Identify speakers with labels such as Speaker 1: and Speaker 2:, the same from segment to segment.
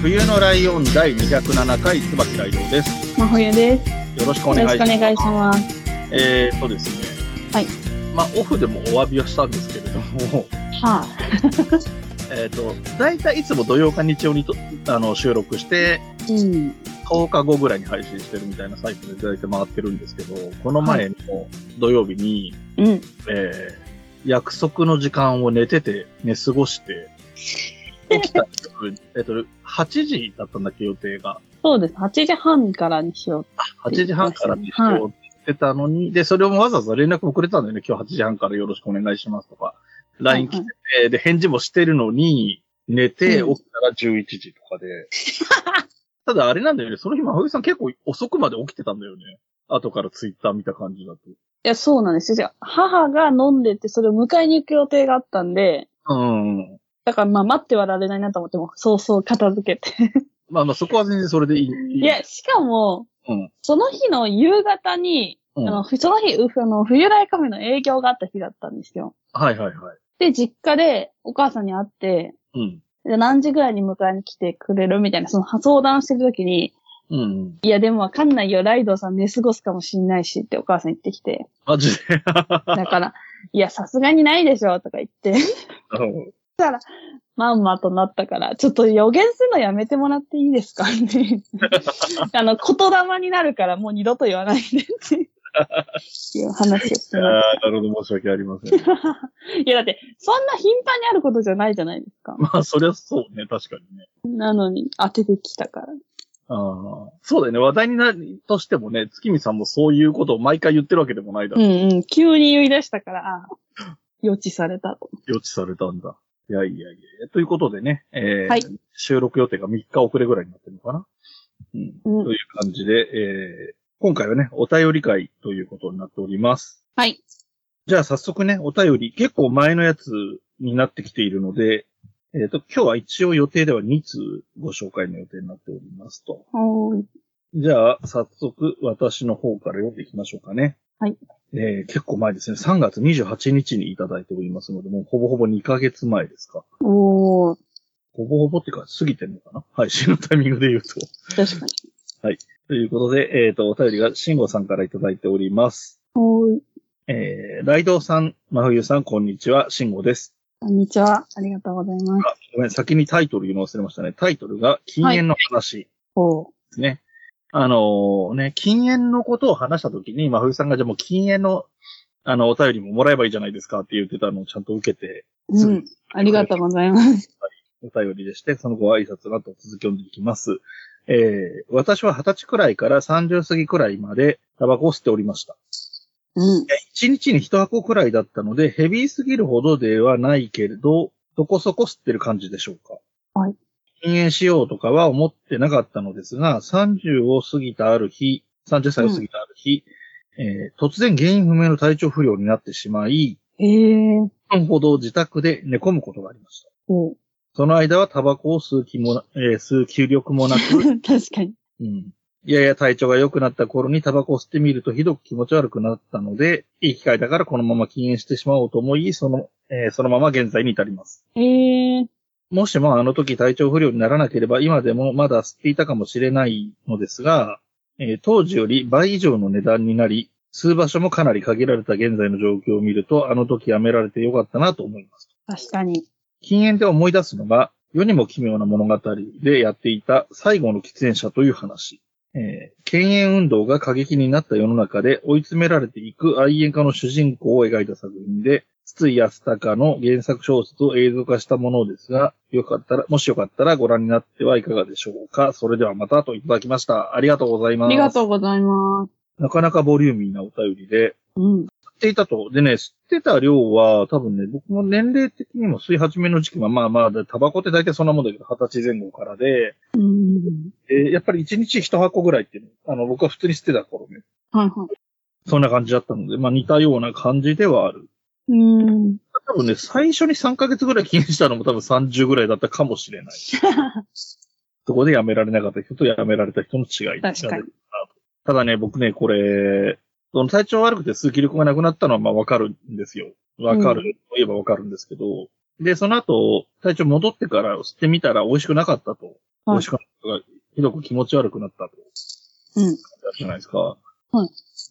Speaker 1: 冬のライオン第207回椿ライオンです。
Speaker 2: 真冬です。
Speaker 1: よろしくお
Speaker 2: よ
Speaker 1: 願
Speaker 2: ろ
Speaker 1: いし
Speaker 2: しく
Speaker 1: ま
Speaker 2: お
Speaker 1: す。
Speaker 2: 願いします。
Speaker 1: えーとですね。
Speaker 2: はい。
Speaker 1: まあ、オフでもお詫びはしたんですけれども、
Speaker 2: は
Speaker 1: えっ、と、だいたいいつも土曜か日曜にとあの収録して、
Speaker 2: い。うん。
Speaker 1: 10日後ぐらいに配信してるみたいなサイトでだいたい回ってるんですけど、この前の土曜日に、
Speaker 2: うん。
Speaker 1: えー約束の時間を寝てて、寝過ごして、起きたらすぐ、 えっと、8時だったんだっけ、予定が。
Speaker 2: そうです。8時半からにしよう。
Speaker 1: 8時半からって言ってたのに、で、それもわざわざ連絡もくれたんだよね。今日8時半からよろしくお願いしますとか。LINE 来てて、で、返事もしてるのに、寝て
Speaker 2: うん
Speaker 1: 起きたら11時とか で。ただあれなんだよね。その日、まふさん結構遅くまで起きてたんだよね。後からツイッター見た感じだと。
Speaker 2: いや、そうなんですよ。母が飲んでて、それを迎えに行く予定があったんで、
Speaker 1: うん。
Speaker 2: だからまあ待ってはられないなと思っても、そうそう片付けて。
Speaker 1: まあまあ、そこは全然それでいい。
Speaker 2: いや、しかも、
Speaker 1: うん
Speaker 2: その日の夕方に、
Speaker 1: うん、
Speaker 2: あ
Speaker 1: は
Speaker 2: の、その日、うあの、冬来カフェの営業があった日だったんですよ。
Speaker 1: いはいはい。
Speaker 2: で、実家でお母さんに会って、
Speaker 1: うん。
Speaker 2: で何時ぐらいに迎えに来てくれるみたいな、その相談してる時に、
Speaker 1: うん。
Speaker 2: いや、でもわかんないよ。ライドウさん寝過ごすかもしんないしってお母さん言ってきて。
Speaker 1: マジ で。
Speaker 2: だから、いや、さすがにないでしょとか言って。まんまとなったから、ちょっと予言するのやめてもらっていいです かね。あの、言霊になるからもう二度と言わないでっていう話をして
Speaker 1: ああ、
Speaker 2: ま
Speaker 1: なるほど。申し訳ありません。
Speaker 2: す。いや、だって、そんな頻繁にあることじゃないじゃないですか。
Speaker 1: まあ、そりゃそうね。確かにね。
Speaker 2: なのに、当ててきたから。
Speaker 1: ああ、そうだよね。話題になりとしてもね、月見さんもそういうことを毎回言ってるわけでもないだ
Speaker 2: う
Speaker 1: ろう。
Speaker 2: んうん、急に言い出したから、あ予知されたと。
Speaker 1: 予知されたんだ。いやいやいや。ということでね、えー
Speaker 2: はい
Speaker 1: 収録予定が3日遅れぐらいになってるのかな。うん。
Speaker 2: うん
Speaker 1: という感じで、えー今回はね、お便り会ということになっております。
Speaker 2: はい。
Speaker 1: じゃあ早速ね、お便り、結構前のやつになってきているので、えっ、と、今日は一応予定では2通ご紹介の予定になっておりますと。
Speaker 2: はい
Speaker 1: じゃあ、早速、私の方から読んでいきましょうかね。
Speaker 2: はい。
Speaker 1: えー結構前ですね。3月28日にいただいておりますので、もうほぼほぼ2ヶ月前ですか。
Speaker 2: おー、
Speaker 1: ほぼほぼっていうか、過ぎてるのかな配信のタイミングで言うと。
Speaker 2: 確かに。
Speaker 1: ということで、えっ、と、お便りが、慎吾さんからいただいております。
Speaker 2: おー、
Speaker 1: えー、ライドウさん、真冬さん、こんにちは。慎吾です。
Speaker 2: こんにちは。ありがとうございます。
Speaker 1: あ、ごめん、先にタイトル言うの忘れましたね。タイトルが、禁煙の話。
Speaker 2: おー、
Speaker 1: ですね。あのね、禁煙のことを話したときに、真冬さんがじゃあもう禁煙の、あの、お便りももらえばいいじゃないですかって言ってたのをちゃんと受けて、
Speaker 2: う、
Speaker 1: そうん
Speaker 2: ありがとうございます。
Speaker 1: お便りでして、そのご挨拶など続き読んでいきます。えー、私は二十歳くらいから30過ぎくらいまでタバコを吸っておりました。
Speaker 2: うん、
Speaker 1: 1日に1箱くらいだったので、ヘビーすぎるほどではないけれど、そこそこ吸ってる感じでしょうか。
Speaker 2: はい。
Speaker 1: 禁煙しようとかは思ってなかったのですが、30を過ぎたある日、30歳を過ぎたある日、えー突然原因不明の体調不良になってしまい、
Speaker 2: へ
Speaker 1: 1
Speaker 2: ー、
Speaker 1: 分ほど自宅で寝込むことがありました。
Speaker 2: おー、
Speaker 1: その間はタバコを吸う気もな、えー吸う気力もなく、
Speaker 2: 確かに。
Speaker 1: うん。いやいや体調が良くなった頃にタバコを吸ってみるとひどく気持ち悪くなったので、いい機会だからこのまま禁煙してしまおうと思い、その、えーそのまま現在に至ります。
Speaker 2: へー、
Speaker 1: もしもあの時体調不良にならなければ今でもまだ吸っていたかもしれないのですが、えー当時より倍以上の値段になり、吸う場所もかなり限られた現在の状況を見ると、あの時やめられてよかったなと思います。
Speaker 2: 確かに。
Speaker 1: 禁煙で思い出すのが、世にも奇妙な物語でやっていた最後の喫煙者という話。えー、禁煙運動が過激になった世の中で追い詰められていく愛煙家の主人公を描いた作品で、筒井康隆の原作小説を映像化したものですが、よかったら、もしよかったらご覧になってはいかがでしょうか。それではまたといただきました。ありがとうございます。
Speaker 2: ありがとうございます。
Speaker 1: なかなかボリューミーなお便りで、
Speaker 2: うん。
Speaker 1: っていたと。でね、吸ってた量は、多分ね、僕も年齢的にも吸い始めの時期は、まあまあ、でタバコって大体そんなもんだけど、二十歳前後からで、
Speaker 2: うん。
Speaker 1: えーやっぱり一日一箱ぐらいっていうの、あの、僕は普通に吸ってた頃ね。
Speaker 2: はいはい。
Speaker 1: そんな感じだったので、まあ似たような感じではある。
Speaker 2: うん。
Speaker 1: 多分ね、最初に3ヶ月ぐらい禁煙したのも多分30ぐらいだったかもしれない。そこでやめられなかった人とやめられた人の違いが出て
Speaker 2: 確
Speaker 1: る
Speaker 2: か
Speaker 1: な
Speaker 2: に
Speaker 1: と。ただね、僕ね、これ、その体調悪くて吸う気力がなくなったのはまあわかるんですよ。わかる。
Speaker 2: う
Speaker 1: 言えばわかるんですけど。で、その後、体調戻ってから吸ってみたら美味しくなかったと。美味しくなかったが、ひどく気持ち悪くなったと。
Speaker 2: うん。
Speaker 1: じゃないですか。
Speaker 2: はい。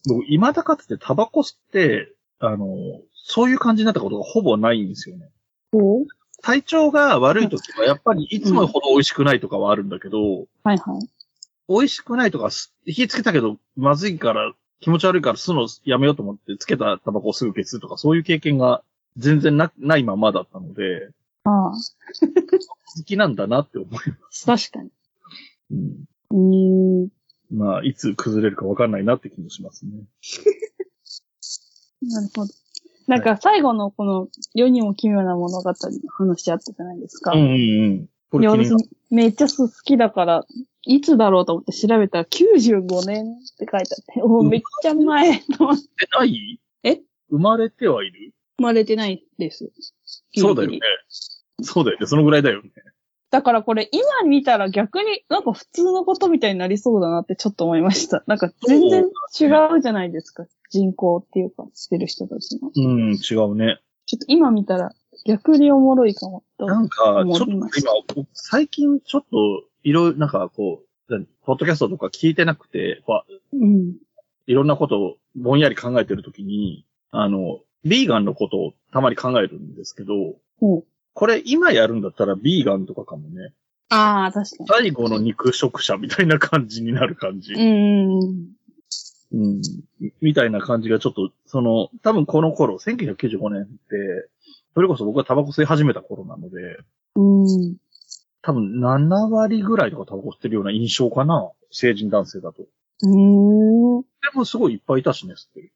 Speaker 1: 僕、未だかつてタバコ吸って、あの、そういう感じになったことがほぼないんですよね。
Speaker 2: お
Speaker 1: 体調が悪い時は、やっぱりいつもほど美味しくないとかはあるんだけど、
Speaker 2: はいはい。
Speaker 1: 美味しくないとかす、火つけたけど、まずいから、気持ち悪いから吸うのやめようと思って、つけたタバコをすぐ消すとか、そういう経験が全然な、ないままだったので、
Speaker 2: ああ、
Speaker 1: 好きなんだなって思います。
Speaker 2: 確かに。
Speaker 1: うん、
Speaker 2: うーん。
Speaker 1: まあ、いつ崩れるかわかんないなって気もしますね。
Speaker 2: なるほど。なんか最後のこの世にも奇妙な物語の話あったじゃないですか。
Speaker 1: うんうんうん。こ
Speaker 2: い
Speaker 1: れ
Speaker 2: や、
Speaker 1: 気に
Speaker 2: 私
Speaker 1: なる。
Speaker 2: めっちゃ好きだから、いつだろうと思って調べたら95年って書いてあって、おめっちゃ前と思って
Speaker 1: ってない
Speaker 2: え
Speaker 1: 生まれてはいる
Speaker 2: 生まれてないです。
Speaker 1: そうだよね。。そうだよね。そのぐらいだよね。
Speaker 2: だからこれ今見たら逆になんか普通のことみたいになりそうだなってちょっと思いました。なんか全然違うじゃないですか。人口っていうか、してる人たちの。
Speaker 1: うん、違うね。
Speaker 2: ちょっと今見たら逆におもろいかもと。
Speaker 1: なんか、ちょっと
Speaker 2: 思い
Speaker 1: 今
Speaker 2: ます、
Speaker 1: 僕最近ちょっと、いろいろ、なんかこう、何ポッドキャストとか聞いてなくて、こう
Speaker 2: うん。
Speaker 1: いろんなことをぼんやり考えてるときに、あの、ビーガンのことをたまに考えるんですけど、
Speaker 2: ほう
Speaker 1: これ今やるんだったらビーガンとかかもね。
Speaker 2: ああ、確か
Speaker 1: 最後の肉食者みたいな感じになる感じ。
Speaker 2: に。うんうんうん。
Speaker 1: うん、みたいな感じがちょっと、その、多分この頃、1995年って、それこそ僕がタバコ吸い始めた頃なので、
Speaker 2: うん。
Speaker 1: 多分7割ぐらいとかタバコ吸ってるような印象かな。成人男性だと。で
Speaker 2: うーん。
Speaker 1: もすごいいっぱいいたしね、吸ってる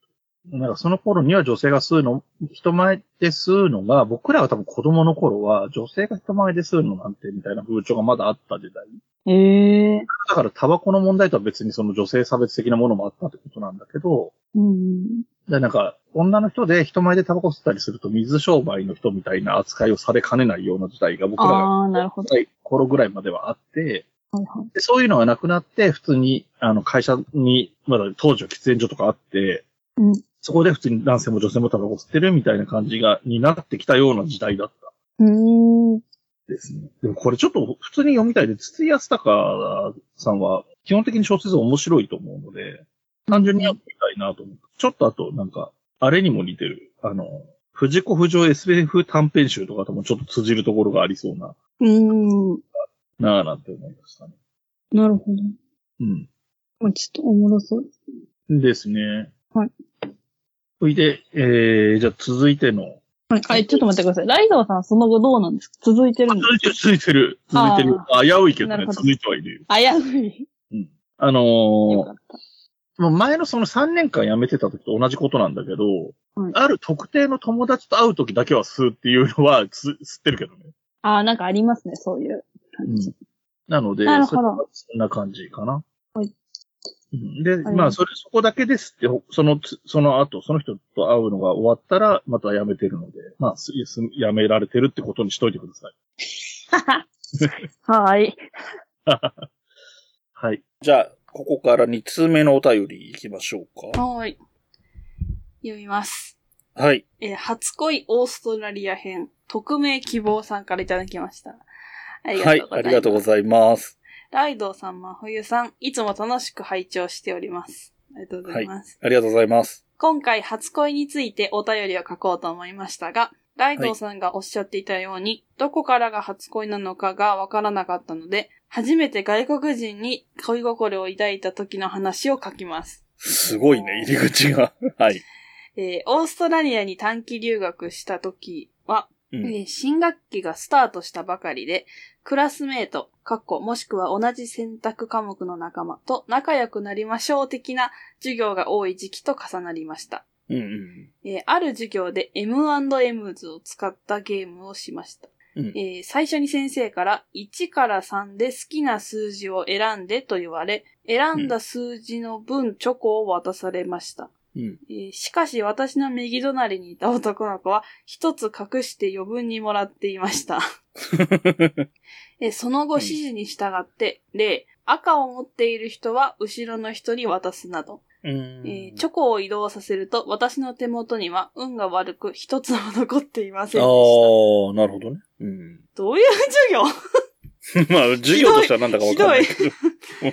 Speaker 1: 人。なんかその頃には女性が吸うの、人前で吸うのが、僕らは多分子供の頃は女性が人前で吸うのなんてみたいな風潮がまだあった時代。
Speaker 2: ええ
Speaker 1: だからタバコの問題とは別にその女性差別的なものもあったってことなんだけど、
Speaker 2: うん。
Speaker 1: で、なんか、女の人で人前でタバコ吸ったりすると水商売の人みたいな扱いをされかねないような時代が僕らが
Speaker 2: ああ、なるほど。
Speaker 1: 若い頃ぐらいまではあって、
Speaker 2: はいはい。
Speaker 1: でそういうのがなくなって、普通に、あの、会社に、まだ当時は喫煙所とかあって、
Speaker 2: うん
Speaker 1: そこで普通に男性も女性もタバコ吸ってるみたいな感じが、になってきたような時代だった
Speaker 2: うーん。
Speaker 1: んですね。でもこれちょっと普通に読みたいで、筒井康隆さんは基本的に小説面白いと思うので、単純にやってみたいなと思って。ちょっとあと、なんか、あれにも似てる。あの、藤子不二雄 SF 短編集とかともちょっと通じるところがありそうな、
Speaker 2: うん。
Speaker 1: なあなんて思いましたね。
Speaker 2: なるほど。
Speaker 1: うん。
Speaker 2: まあ、ちょっとおもろそう。
Speaker 1: ですね。
Speaker 2: はい。
Speaker 1: それで、えー、じゃあ続いての。
Speaker 2: はい。あ、ちょっと待ってください。ライドウさんその後どうなんですか続いてるんで
Speaker 1: 続いてる、続いてる、続いてる。あ危ういけど
Speaker 2: な
Speaker 1: ね
Speaker 2: る、ほど
Speaker 1: 続いてはいるよ。
Speaker 2: すか危うい。
Speaker 1: うん。あのー
Speaker 2: よかった。
Speaker 1: もう前のその3年間辞めてた時と同じことなんだけど、
Speaker 2: はい
Speaker 1: ある特定の友達と会う時だけは吸うっていうのはつ吸ってるけどね。
Speaker 2: ああ、なんかありますね、そういう感じ。
Speaker 1: なので、
Speaker 2: なるほど
Speaker 1: それはそんな感じかな。
Speaker 2: はい
Speaker 1: うん。で、
Speaker 2: はい
Speaker 1: まあ、それ、そこだけですって、ほそのつ、その後、その人と会うのが終わったら、また辞めてるので、まあ、すす辞められてるってことにしといてください。
Speaker 2: はーい。
Speaker 1: はい。じゃあ、ここから2通目のお便り行きましょうか。
Speaker 3: はーい。読みます。
Speaker 1: はい。
Speaker 3: えー初恋オーストラリア編、匿名希望さんからいただきました。ありがとうござい
Speaker 1: ざいま
Speaker 3: ます。
Speaker 1: す。
Speaker 3: ライドウさん、真冬さん、いつも楽しく拝聴しております。ありがとうございます。
Speaker 1: ありがとうございます。
Speaker 3: 今回初恋についてお便りを書こうと思いましたが、ライドウさんがおっしゃっていたように、どこからが初恋なのかがわからなかったので、初めて外国人に恋心を抱いた時の話を書きます。
Speaker 1: すごいね、入り口が。はい。
Speaker 3: えーオーストラリアに短期留学した時は、
Speaker 1: うん
Speaker 3: えー新学期がスタートしたばかりで、クラスメート、かっこもしくは同じ選択科目の仲間と仲良くなりましょう的な授業が多い時期と重なりました。
Speaker 4: うんうん。
Speaker 3: えーある授業で M&M's を使ったゲームをしました。
Speaker 4: うん
Speaker 3: えー最初に先生から1から3で好きな数字を選んでと言われ、選んだ数字の分チョコを渡されました。
Speaker 4: うん。
Speaker 3: えーしかし私の右隣にいた男の子は一つ隠して余分にもらっていました。 えーその後
Speaker 4: うん
Speaker 3: 指示に従って、例、赤を持っている人は後ろの人に渡すなど、
Speaker 4: うん
Speaker 3: えーチョコを移動させると私の手元には運が悪く一つも残っていませんでした。
Speaker 4: ああ、なるほどね。うん。
Speaker 3: どういう授業
Speaker 4: まあ、授業としてはなんだかわかんないけど。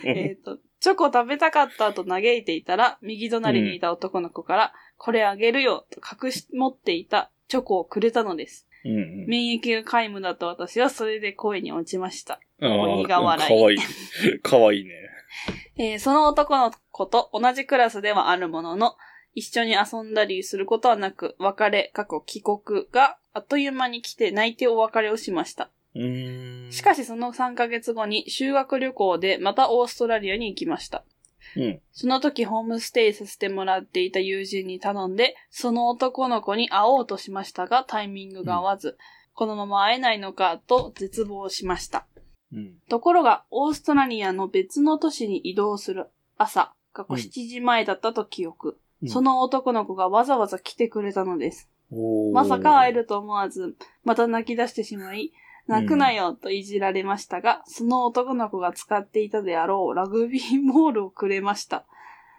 Speaker 3: えっと、チョコ食べたかったと嘆いていたら、右隣にいた男の子から、これあげるよと隠し持っていたチョコをくれたのです。
Speaker 4: うんうん
Speaker 3: 免疫が皆無だった私はそれで恋に落ちました。
Speaker 4: あー
Speaker 3: 苦笑い
Speaker 4: かわいい。かわいいね。
Speaker 3: えーその男の子と同じクラスではあるものの、一緒に遊んだりすることはなく、別れ、過去帰国があっという間に来て泣いてお別れをしました。
Speaker 4: うーん。
Speaker 3: しかしその3ヶ月後に修学旅行でまたオーストラリアに行きました。
Speaker 4: うん。
Speaker 3: その時ホームステイさせてもらっていた友人に頼んで、その男の子に会おうとしましたが、タイミングが合わず、このまま会えないのかと絶望しました。
Speaker 4: うん。
Speaker 3: ところが、オーストラリアの別の都市に移動する朝、過
Speaker 4: う
Speaker 3: 去
Speaker 4: ん
Speaker 3: 7時前だったと記憶。
Speaker 4: うん
Speaker 3: その男の子がわざわざ来てくれたのです。
Speaker 4: おー
Speaker 3: まさか会え。ると思わず、また泣き出してしまい、泣くなよといじられましたが、その男の子が使っていたであろうラグビーボールをくれました。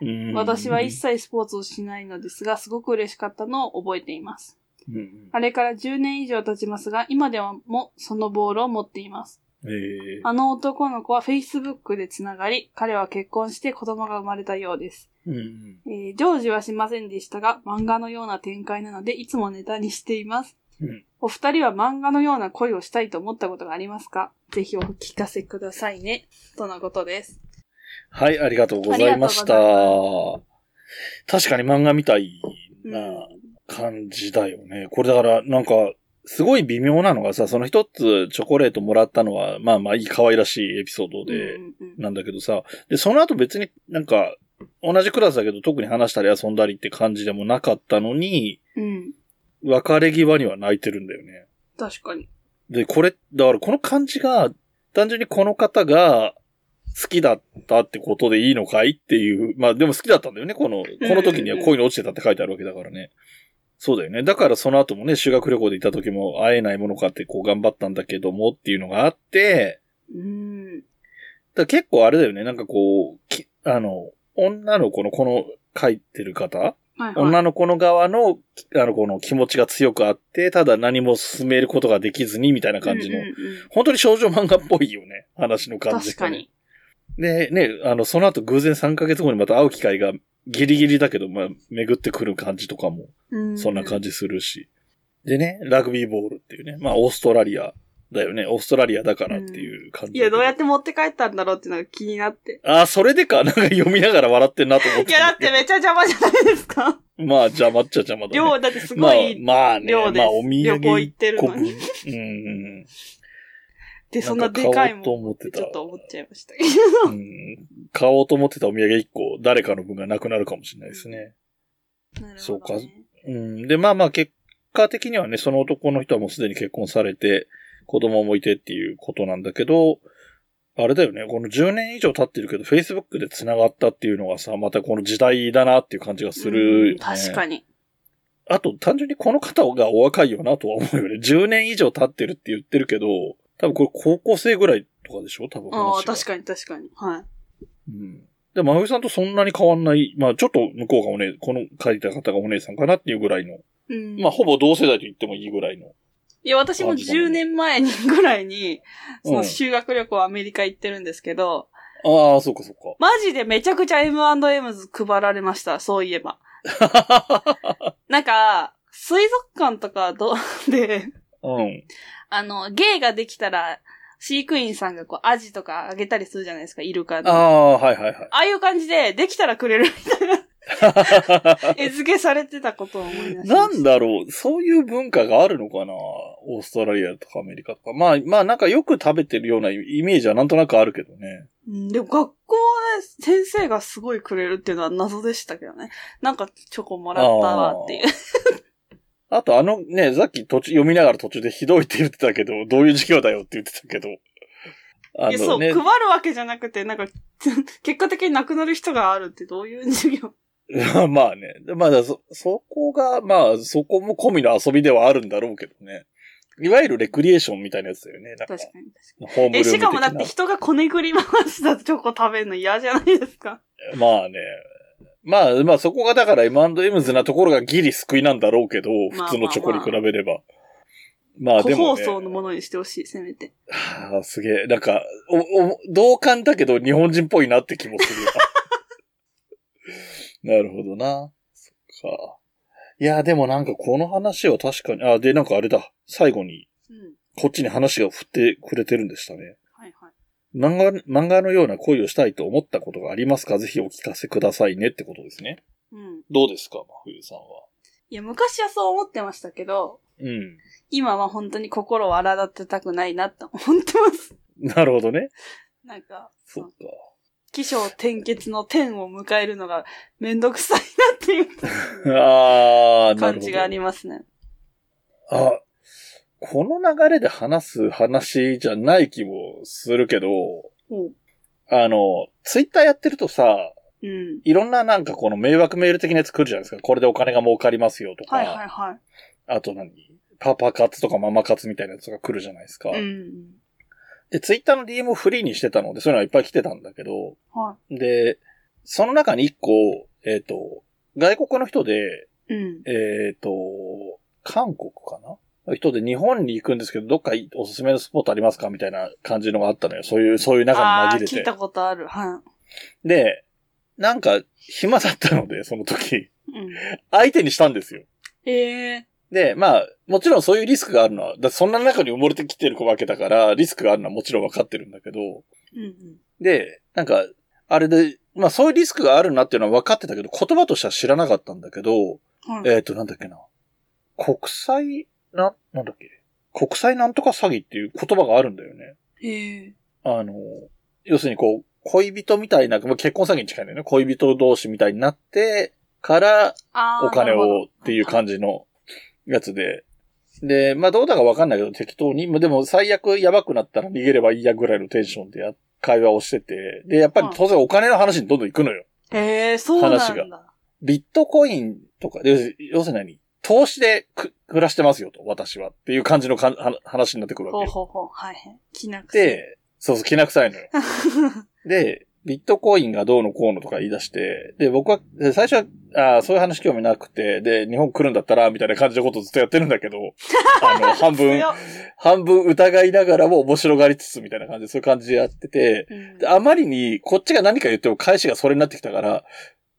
Speaker 4: うん
Speaker 3: 私は一切スポーツをしないのですが、すごく嬉しかったのを覚えています。
Speaker 4: うんうん
Speaker 3: あれから10年以上経ちますが、今ではもそのボールを持っています。
Speaker 4: え
Speaker 3: あの男の子は Facebook でつながり、彼は結婚して子供が生まれたようです。
Speaker 4: ーうん
Speaker 3: えー成就はしませんでしたが、漫画のような展開なので、いつもネタにしています。
Speaker 4: うん
Speaker 3: お二人は漫画のような恋をしたいと思ったことがありますかぜひお聞かせくださいね。とのことです。
Speaker 4: はい、ありがとうございました
Speaker 3: ありが。
Speaker 4: 確かに漫画みたいな感じだよね。これだから、なんか、すごい微妙なのがさ、その一つチョコレートもらったのは、まあまあいい可愛らしいエピソードで、
Speaker 3: うんうんうん
Speaker 4: なんだけどさ、で、その後別になんか、同じクラスだけど特に話したり遊んだりって感じでもなかったのに、
Speaker 3: うん。
Speaker 4: 別れ際には泣いてるんだよね。
Speaker 3: 確かに。
Speaker 4: で、これ、だからこの感じが、単純にこの方が好きだったってことでいいのかいっていう、まあでも好きだったんだよね、この、この時には恋に落ちてたって書いてあるわけだからね。そうだよね。だからその後もね、修学旅行で行った時も会えないものかってこう頑張ったんだけどもっていうのがあって、
Speaker 3: うん。
Speaker 4: だから結構あれだよね、なんかこう、きあの、女の子のこの書いてる方、
Speaker 3: はいはい。
Speaker 4: 女の子の側の、きあの、この気持ちが強くあって、ただ何も進めることができずにみたいな感じの、
Speaker 3: うんうんうん
Speaker 4: 本当に少女漫画っぽいよね、 話の感じ
Speaker 3: 確
Speaker 4: が
Speaker 3: か
Speaker 4: ね、
Speaker 3: に。
Speaker 4: で、ね、あの、その後偶然3ヶ月後にまた会う機会がギリギリだけど、まあ、巡ってくる感じとかも、そんな感
Speaker 3: じ。
Speaker 4: じするし。でね、ラグビーボールっていうね、まあ、オーストラリアだよね、オーストラリアだからっていう感じ、
Speaker 3: いや、どうやって持って帰ったんだろうっていうのが気になって。
Speaker 4: ああ、それでか。なんか読みながら笑ってんなと思って。
Speaker 3: いや、だってめっちゃ邪魔じゃないですか。
Speaker 4: まあ、邪魔っちゃ邪魔だね。
Speaker 3: 量、だってすごい。
Speaker 4: まあ、まあね、
Speaker 3: 量です
Speaker 4: まあ、お土産
Speaker 3: 旅行行ってるのに
Speaker 4: 一個分うん。
Speaker 3: で、 そんなでか
Speaker 4: な
Speaker 3: い
Speaker 4: ん買おうと
Speaker 3: もん。
Speaker 4: 思ってた。
Speaker 3: ちょっと思っちゃいましたけど。
Speaker 4: うん。買おうと思ってたお土産一個、誰かの分がなくなるかもしれないですね。
Speaker 3: なるほどね
Speaker 4: そうかうん。で、まあまあ、結果的にはね、その男の人はもうすでに結婚されて、子供もいてっていうことなんだけど、あれだよね、この10年以上経ってるけど、Facebook で繋がったっていうのがさ、またこの時代だなっていう感じがする、
Speaker 3: うん確かに。
Speaker 4: あと、単純にこの方がお若いよなとは思うよね。10年以上経ってるって言ってるけど、多分これ高校生ぐらいとかでしょ多分
Speaker 3: ああ、
Speaker 4: 話が。
Speaker 3: 確かに確かに。はい。
Speaker 4: うん。で、まふさんとそんなに変わんない。まあ、ちょっと向こうがお姉、この書いた方がお姉さんかなっていうぐらいの。
Speaker 3: うん。
Speaker 4: まあ、ほぼ同世代と言ってもいいぐらいの。
Speaker 3: いや、私も10年前にぐらいに、そ
Speaker 4: うん
Speaker 3: の修学旅行アメリカ行ってるんですけど、
Speaker 4: ああ、そうかそうか。
Speaker 3: マジでめちゃくちゃ M&M's 配られました、そうい えば。なんか、水族館とかど、 で、
Speaker 4: うん。
Speaker 3: あの、芸ができたら、飼育員さんがこう、アジとかあげたりするじゃないですか、イルカ
Speaker 4: あ
Speaker 3: あ
Speaker 4: あ、はいはいはい。
Speaker 3: あいう感じで、できたらくれるみたいな。 絵付けされてたことを思い出しまし た。
Speaker 4: なんだろう、そういう文化があるのかなオーストラリアとかアメリカとか。まあ、まあなんかよく食べてるようなイメージはなんとなくあるけどね。
Speaker 3: うんでも学校はね、先生がすごいくれるっていうのは謎でしたけどね。なんかチョコもらったわっていう。
Speaker 4: あとあのね、さっき途中、読みながら途中でひどいって言ってたけど、どういう授業だよって言ってたけど。あ
Speaker 3: いやそ
Speaker 4: の
Speaker 3: う、
Speaker 4: ね
Speaker 3: 配、るわけじゃなくて、なんか、 結果的になくなる人があるってどういう授業
Speaker 4: まあね。まあそ、そこが、まあ、そこも込みの遊びではあるんだろうけどね。いわゆるレクリエーションみたいなやつだよね。なんか
Speaker 3: 確かに確か
Speaker 4: ホームルー
Speaker 3: に。え、
Speaker 4: ム的
Speaker 3: し
Speaker 4: な
Speaker 3: かもだって人がこねくり回したチョコ食べるの嫌じゃないですか。
Speaker 4: まあね。まあ、まあそこがだから M&M ズなところがギリ救いなんだろうけど、
Speaker 3: まあまあまあ
Speaker 4: 普通のチョコに比べれば。まあ
Speaker 3: 個
Speaker 4: でも、
Speaker 3: 包
Speaker 4: ね。
Speaker 3: 装のものにしてほしい、せめて。
Speaker 4: はあ、すげえ。なんか、お、お、同感だけど日本人っぽいなって気もす るよ。なるほどな。そっか。いや、でもなんかこの話は確かに、あ、で、なんかあれだ。最後に、
Speaker 3: うん。
Speaker 4: こっちに話が振ってくれてるんでしたね。
Speaker 3: はいはい。
Speaker 4: 漫画、漫画のような恋をしたいと思ったことがありますかぜひお聞かせくださいねってことですね。
Speaker 3: うん。
Speaker 4: どうですか、真冬さんは。
Speaker 3: いや、昔はそう思ってましたけど、
Speaker 4: うん。
Speaker 3: 今は本当に心を荒立てたくないなって思ってます。
Speaker 4: なるほどね。
Speaker 3: なんか、
Speaker 4: そっか。
Speaker 3: 起承転結の天を迎えるのがめんどくさいなっていう
Speaker 4: ああ、なる
Speaker 3: 感
Speaker 4: ほ
Speaker 3: じ
Speaker 4: ど。
Speaker 3: がありますね。
Speaker 4: あ、この流れで話す話じゃない気もするけど、
Speaker 3: うん。
Speaker 4: あの、ツイッターやってるとさ、
Speaker 3: うん。
Speaker 4: いろんななんかこの迷惑メール的なやつ来るじゃないですか。これでお金が儲かりますよとか、
Speaker 3: はいはいは
Speaker 4: あと何パパ活とかママ活みたいなやつが来るじゃないですか。
Speaker 3: い。うん。
Speaker 4: で、ツイッターの DM をフリーにしてたので、そういうのはいっぱい来てたんだけど、
Speaker 3: は
Speaker 4: で、その中に一個、えっ、と、外国の人で、
Speaker 3: い。うん。
Speaker 4: えっ、と、韓国かな人で日本に行くんですけど、どっかおすすめのスポットありますかみたいな感じのがあったのよ。そういう、そういう中
Speaker 3: ああ
Speaker 4: に紛
Speaker 3: ー、聞
Speaker 4: れて。
Speaker 3: いたことある。は
Speaker 4: で、なんか、暇だったので、 その時、
Speaker 3: い。うん。
Speaker 4: 相手にしたんですよ。
Speaker 3: ええ
Speaker 4: で、まあ、もちろんそういうリスクがあるのは、だってそんな中に埋もれてきてるわけだから、リスクがあるのはもちろんわかってるんだけど、
Speaker 3: うんうん。
Speaker 4: で、なんか、あれで、まあそういうリスクがあるなっていうのは分かってたけど、言葉としては知らなかったんだけど、
Speaker 3: はい。
Speaker 4: えっ、と、なんだっけな。国際、な、なんだっけ。国際なんとか詐欺っていう言葉があるんだよね。
Speaker 3: ええ
Speaker 4: あの、要するにこう、恋人みたいな、まあ結婚詐欺に近いんだよね。恋人同士みたいになってから、
Speaker 3: ああ。
Speaker 4: お金
Speaker 3: なるほ
Speaker 4: を
Speaker 3: ど
Speaker 4: っていう感じのやつで。で、まあどうだかわかんないけど適当に、まあでも最悪やばくなったら逃げればいいやぐらいのテンションでや会話をしてて、で、やっぱり当然お金の話にどんどん行くのよ。
Speaker 3: ええそうなんだ。
Speaker 4: 話ビットコインとか、要す要するに投資でく暮らしてますよと、私はっていう感じのかんは話になってくる
Speaker 3: ほう
Speaker 4: わけよ。
Speaker 3: ほうほう。はいはい。気なくて。
Speaker 4: で、そうそう、気な臭いのよ。で、ビットコインがどうのこうのとか言い出して、で、僕は、で最初は、あーそういう話興味なくて、で、日本来るんだったら、みたいな感じのことをずっとやってるんだけど、あの、半分、
Speaker 3: 強っ
Speaker 4: 半分疑いながらも面白がりつつ、みたいな感じで、そういう感じでやってて、
Speaker 3: うん
Speaker 4: であまりに、こっちが何か言っても返しがそれになってきたから、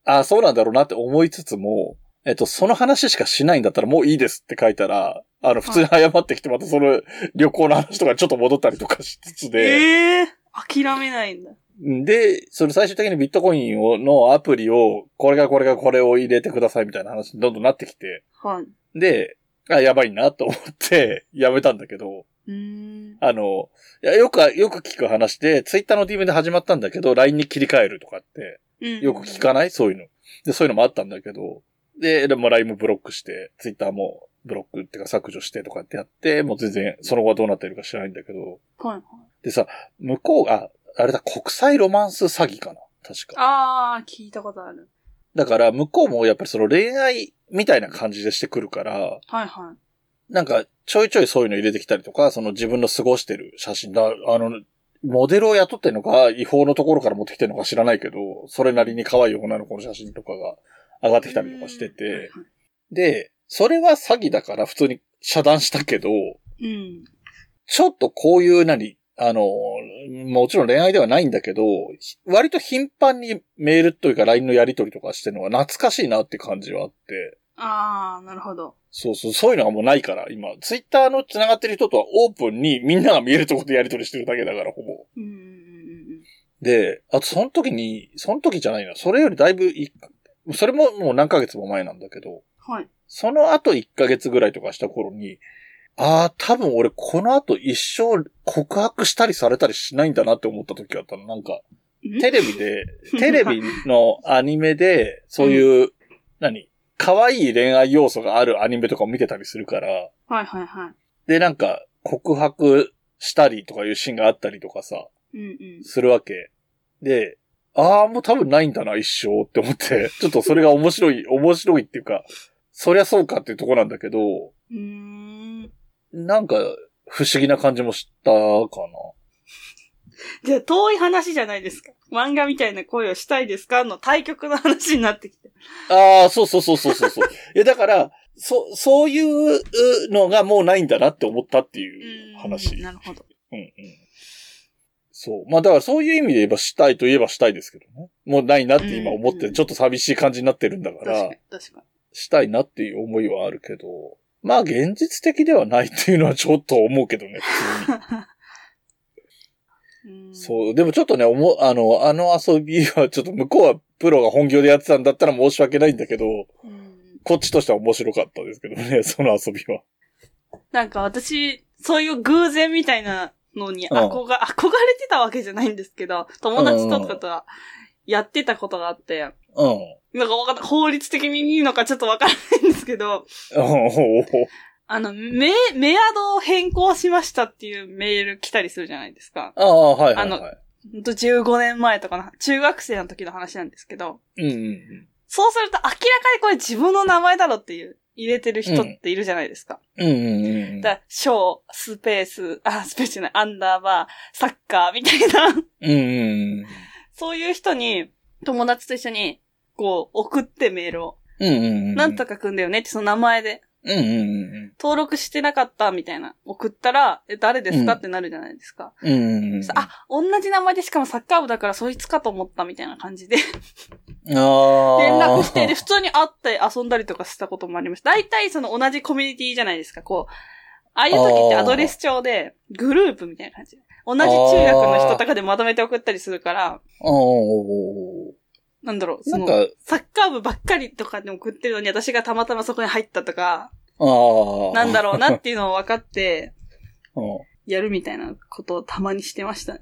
Speaker 4: ああ、そうなんだろうなって思いつつも、えっと、その話しかしないんだったらもういいですって書いたら、あの、普通に謝ってきて、またその旅行の話とかにちょっと戻ったりとかしつつで、
Speaker 3: ええ諦めないんだ。
Speaker 4: で、それ最終的にビットコインをのアプリを、これがこれがこれを入れてくださいみたいな話にどんどんなってきて、
Speaker 3: はい。う
Speaker 4: で、あ、やばいなと思って、やめたんだけど、
Speaker 3: ーん。
Speaker 4: あの、いやよく、よく聞く話で、ツイッターの DM で始まったんだけど、LINE に切り替えるとかって、
Speaker 3: うん
Speaker 4: よく聞かないそういうの。で、そういうのもあったんだけど、で、でも LINE もブロックして、ツイッターもブロックっていうか削除してとかってやって、もう全然その後はどうなってるか知らないんだけど、
Speaker 3: はいはい。
Speaker 4: でさ、向こうが、あれだ、国際ロマンス詐欺かな確か。
Speaker 3: ああ、聞いたことある。
Speaker 4: だから、向こうもやっぱりその恋愛みたいな感じでしてくるから、
Speaker 3: はいはい。
Speaker 4: なんか、ちょいちょいそういうの入れてきたりとか、その自分の過ごしてる写真だ、あの、モデルを雇ってんのか、違法のところから持ってきてるのか知らないけど、それなりに可愛い女の子の写真とかが上がってきたりとかしてて、で、それは詐欺だから普通に遮断したけど、
Speaker 3: うん。うん。
Speaker 4: ちょっとこういう何、あの、もちろん恋愛ではないんだけど、ひ割と頻繁にメールというか LINE のやり取りとかしてるのが懐かしいなって感じはあって、
Speaker 3: ああ、なるほど。
Speaker 4: そうそう、そういうのがもうないから、今、ツイッターの繋がってる人とはオープンにみんなが見えるところでやり取りしてるだけだから、ほぼ。
Speaker 3: うんうんうんうん。
Speaker 4: で、あとその時に、その時じゃないな、それよりだいぶいそれももう何ヶ月も前なんだけど、
Speaker 3: はい。
Speaker 4: その後1ヶ月ぐらいとかした頃に、ああ、多分俺この後一生告白したりされたりしないんだなって思った時があったの。なんか、
Speaker 3: ん
Speaker 4: テレビで、テレビのアニメで、そういう、何可愛い恋愛要素があるアニメとかを見てたりするから、
Speaker 3: はいはいは
Speaker 4: で、なんか、告白したりとかいうシーンがあったりとかさ、
Speaker 3: い。うんうん。
Speaker 4: するわけ。で、ああ、もう多分ないんだな、一生って思って、ちょっとそれが面白い、 面白いっていうか、そりゃそうかっていうとこなんだけど、
Speaker 3: うーん。
Speaker 4: なんか、不思議な感じもしたか
Speaker 3: じゃあ、遠い話じゃないですか。漫画みたいな恋をしたいですかの対局の話になってきて。
Speaker 4: な。ああ、そうそうそうそうそうそう。 いや、だから、そ、そういううのがもうないんだなって思ったっていう話。
Speaker 3: なるほど。
Speaker 4: うんうん。そう。まあだからそういう意味で言えばしたいと言えばしたいですけどね。もうないなって今思っ
Speaker 3: うんう
Speaker 4: て、
Speaker 3: ん
Speaker 4: ちょっと寂しい感じになってるんだか
Speaker 3: 確
Speaker 4: ら、
Speaker 3: かに、確か
Speaker 4: したいなっていう思いはあるけど、まあ現実的ではないっていうのはちょっと思うけどね。
Speaker 3: に。 うーん
Speaker 4: そう。でもちょっとね、おも、あの、あの遊びはちょっと向こうはプロが本業でやってたんだったら申し訳ないんだけど、
Speaker 3: うん。
Speaker 4: こっちとしては面白かったですけどね、 その遊びは。
Speaker 3: なんか私、そういう偶然みたいなのに憧れ、憧れてたわけじゃないんですけど、友達とかとはやってたことがあって、
Speaker 4: う
Speaker 3: なんかわかんない法律的にいいのかちょっとわからないんですけど、
Speaker 4: ん。うん。
Speaker 3: あの、メ、メアドを変更しましたっていうメール来たりするじゃないですか。
Speaker 4: ああ、はいはい、
Speaker 3: あの
Speaker 4: はい。
Speaker 3: ほんと15年前とかの、中学生の時の話なんですけど、
Speaker 4: うんうんうん。
Speaker 3: そうすると明らかにこれ自分の名前だろっていう、入れてる人っているじゃないですか。
Speaker 4: うんうんうんうん。
Speaker 3: だ、小、スペース、あ、スペースじゃない、アンダーバー、サッカーみたいな、
Speaker 4: う んうん
Speaker 3: そういう人に、友達と一緒に、こう、送ってメールを。
Speaker 4: うん。うんうんうん。
Speaker 3: なんとかくんだよねって、その名前で。
Speaker 4: うんうんうん
Speaker 3: 登録してなかったみたいな。送ったら、え、誰ですか
Speaker 4: うん
Speaker 3: ってなるじゃないですか。
Speaker 4: うん。うんうんうん。
Speaker 3: あ、同じ名前でしかもサッカー部だからそいつかと思ったみたいな感じで
Speaker 4: あ
Speaker 3: 連絡して、で、普通に会って遊んだりとかしたこともありました。大体その同じコミュニティじゃないですか、こう。ああいう時ってアドレス帳で、グループみたいな感じ。同じ中学の人とかでまとめて送ったりするから、
Speaker 4: お
Speaker 3: なんだろ
Speaker 4: な
Speaker 3: う、そ
Speaker 4: ん
Speaker 3: の
Speaker 4: か、、
Speaker 3: サッカー部ばっかりとかで送ってるのに、私がたまたまそこに入ったとか、
Speaker 4: ああ。
Speaker 3: なんだ
Speaker 4: ろ
Speaker 3: ろうなっていうのを分かって、
Speaker 4: う。
Speaker 3: やるみたいなことをたまにしてましたね。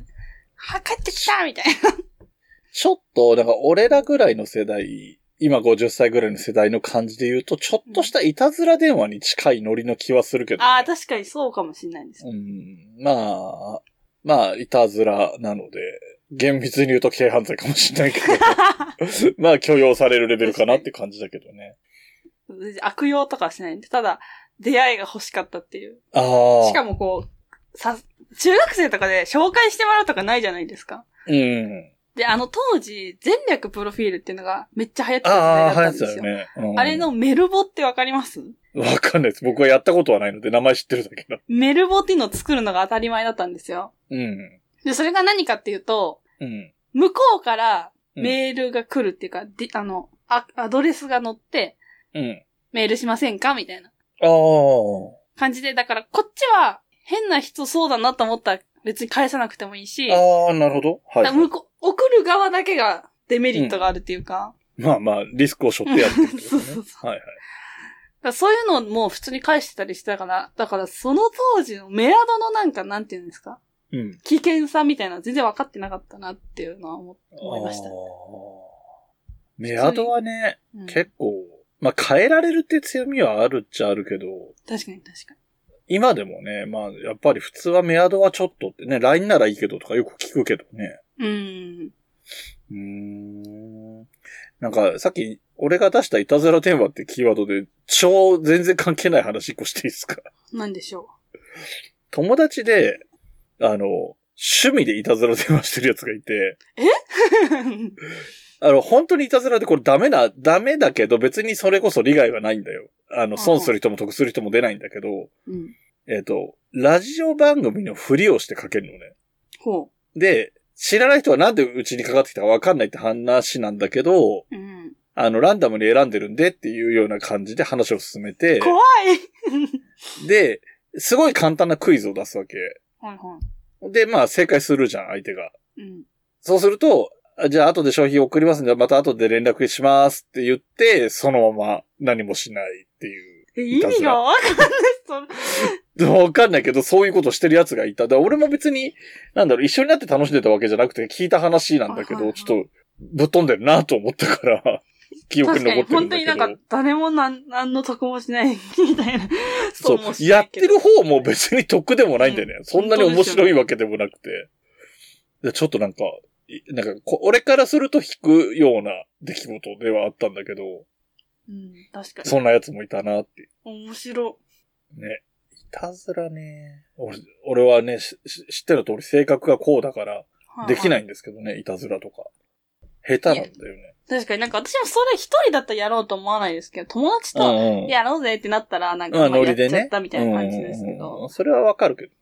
Speaker 3: は、帰ってきたみたいな。
Speaker 4: ちょっと、なんか俺らぐらいの世代、今50歳ぐらいの世代の感じで言うと、ちょっとしたいたずら電話に近いノリの気はするけど、ね。
Speaker 3: ああ、確かにそうかもしれないです。
Speaker 4: うん。まあ、まあ、いたずらなので、厳密に言うと軽犯罪かもしれ ないけど、まあ許容されるレベルかなって感じだけどね。
Speaker 3: 悪用とかはしないんで、ただ、出会いが欲しかったっていう。
Speaker 4: ああ。
Speaker 3: しかもこう、さ、中学生とかで紹介してもらうとかないじゃないですか。
Speaker 4: うん。
Speaker 3: で、あの当時、全略プロフィールっていうのがめっちゃ流行ってた時
Speaker 4: あ
Speaker 3: 代
Speaker 4: あ、
Speaker 3: だ
Speaker 4: 流行っ
Speaker 3: ったんで
Speaker 4: て
Speaker 3: す
Speaker 4: た
Speaker 3: よ。
Speaker 4: よね。うん
Speaker 3: あれのメルボってわかります
Speaker 4: わかんないです。僕はやったことはないので、名前知ってるだけだ。
Speaker 3: メルボっていうのを作るのが当たり前だったんですよ。
Speaker 4: うん。
Speaker 3: で、それが何かっていうと、
Speaker 4: うん。
Speaker 3: 向こうからメールが来るっていうか、であのあ、アドレスが載って、
Speaker 4: うん。
Speaker 3: メールしませんかみたいな
Speaker 4: ああ。
Speaker 3: 感じで、だからこっちは変な人そうだなと思ったら別に返さなくてもいいし、
Speaker 4: ああ、なるほど。は
Speaker 3: だから向
Speaker 4: い。
Speaker 3: こう送る側だけがデメリットがあるっていうか、
Speaker 4: まあまあ、リスクを背負っ てやってるってことね
Speaker 3: そうそうそ
Speaker 4: はいはい。
Speaker 3: だからそういうのをもう普通に返してたりしてたから、だからその当時のメアドのなんかなんていうんですか
Speaker 4: うん。
Speaker 3: 危険さみたいなの全然分かってなかったなっていうのは思思いました
Speaker 4: あー。メアドはね、
Speaker 3: うん
Speaker 4: 結構、まあ変えられるって強みはあるっちゃあるけど、
Speaker 3: 確かに確かに。
Speaker 4: 今でもね、まあやっぱり普通はメアドはちょっとってね、LINE ならいいけどとかよく聞くけどね。
Speaker 3: うん。
Speaker 4: うーんなんか、さっき、俺が出したいたずら電話ってキーワードで、超全然関係ない話一個していいですか
Speaker 3: なんでしょ
Speaker 4: 友達で、あの、趣味でいたずら電話してるやつがいて、
Speaker 3: う。
Speaker 4: あの、本当にいたずらでこれダメな、ダメだけど別にそれこそ利害はないんだよ。あの、
Speaker 3: ん
Speaker 4: 損する人も得する人も出ないんだけど、
Speaker 3: うん。
Speaker 4: えっ、と、ラジオ番組のふりをしてかけるのね。
Speaker 3: ほ
Speaker 4: で、知らない人はなんでうちにかかってきたかわかんないって話なんだけど、
Speaker 3: う。うん。
Speaker 4: あの、ランダムに選んでるんでっていうような感じで話を進めて、
Speaker 3: 怖い
Speaker 4: で、すごい簡単なクイズを出すわけ。
Speaker 3: はいは
Speaker 4: で、まあ、正解するじゃん、相手が。
Speaker 3: い。うん。
Speaker 4: そうすると、あじゃあ後で商品送りますんで、また後で連絡しますって言って、そのまま何もしないっていう。
Speaker 3: え意味がわかんない。その
Speaker 4: でもわかんないけど、そういうことしてる奴がいた。だから俺も別に、なんだろう、一緒になって楽しんでたわけじゃなくて、聞いた話なんだけ
Speaker 3: はいは
Speaker 4: ど、
Speaker 3: い
Speaker 4: ちょっと、ぶっ飛んでるなと思った から、記憶
Speaker 3: 確
Speaker 4: に残
Speaker 3: かに、
Speaker 4: ってる
Speaker 3: 本
Speaker 4: んだ
Speaker 3: 当
Speaker 4: け
Speaker 3: に
Speaker 4: ど。
Speaker 3: なんか、誰もなん、なんの得もしない、みたいな。
Speaker 4: そう
Speaker 3: も。しな
Speaker 4: や
Speaker 3: い
Speaker 4: っ
Speaker 3: け
Speaker 4: て
Speaker 3: ど
Speaker 4: る方も別に得でもないんだよね。
Speaker 3: うん
Speaker 4: そんなに面白いわけでもなくて。でちょっとなんか、いなんかこ、俺からすると引くような出来事ではあったんだけど、
Speaker 3: うん、確かに。
Speaker 4: そんな奴もいたなって。
Speaker 3: 面白
Speaker 4: ね。いたずらね。俺俺はね、しし知ってる通り性格がこうだから、
Speaker 3: い。。
Speaker 4: できないいんですけどね、いたずらとか。下手なんだよね。
Speaker 3: 確かになんか、私もそれ一人だったらやろうと思わないですけど、友達
Speaker 4: う
Speaker 3: と、
Speaker 4: んうん。
Speaker 3: やろうぜってなったら、なんか、
Speaker 4: まあ、
Speaker 3: まあ
Speaker 4: ノリ
Speaker 3: やっち
Speaker 4: で
Speaker 3: ゃっ
Speaker 4: ね。
Speaker 3: たみたいな感じです
Speaker 4: うん
Speaker 3: け
Speaker 4: うんう
Speaker 3: ど
Speaker 4: ん。それはわかるけどね。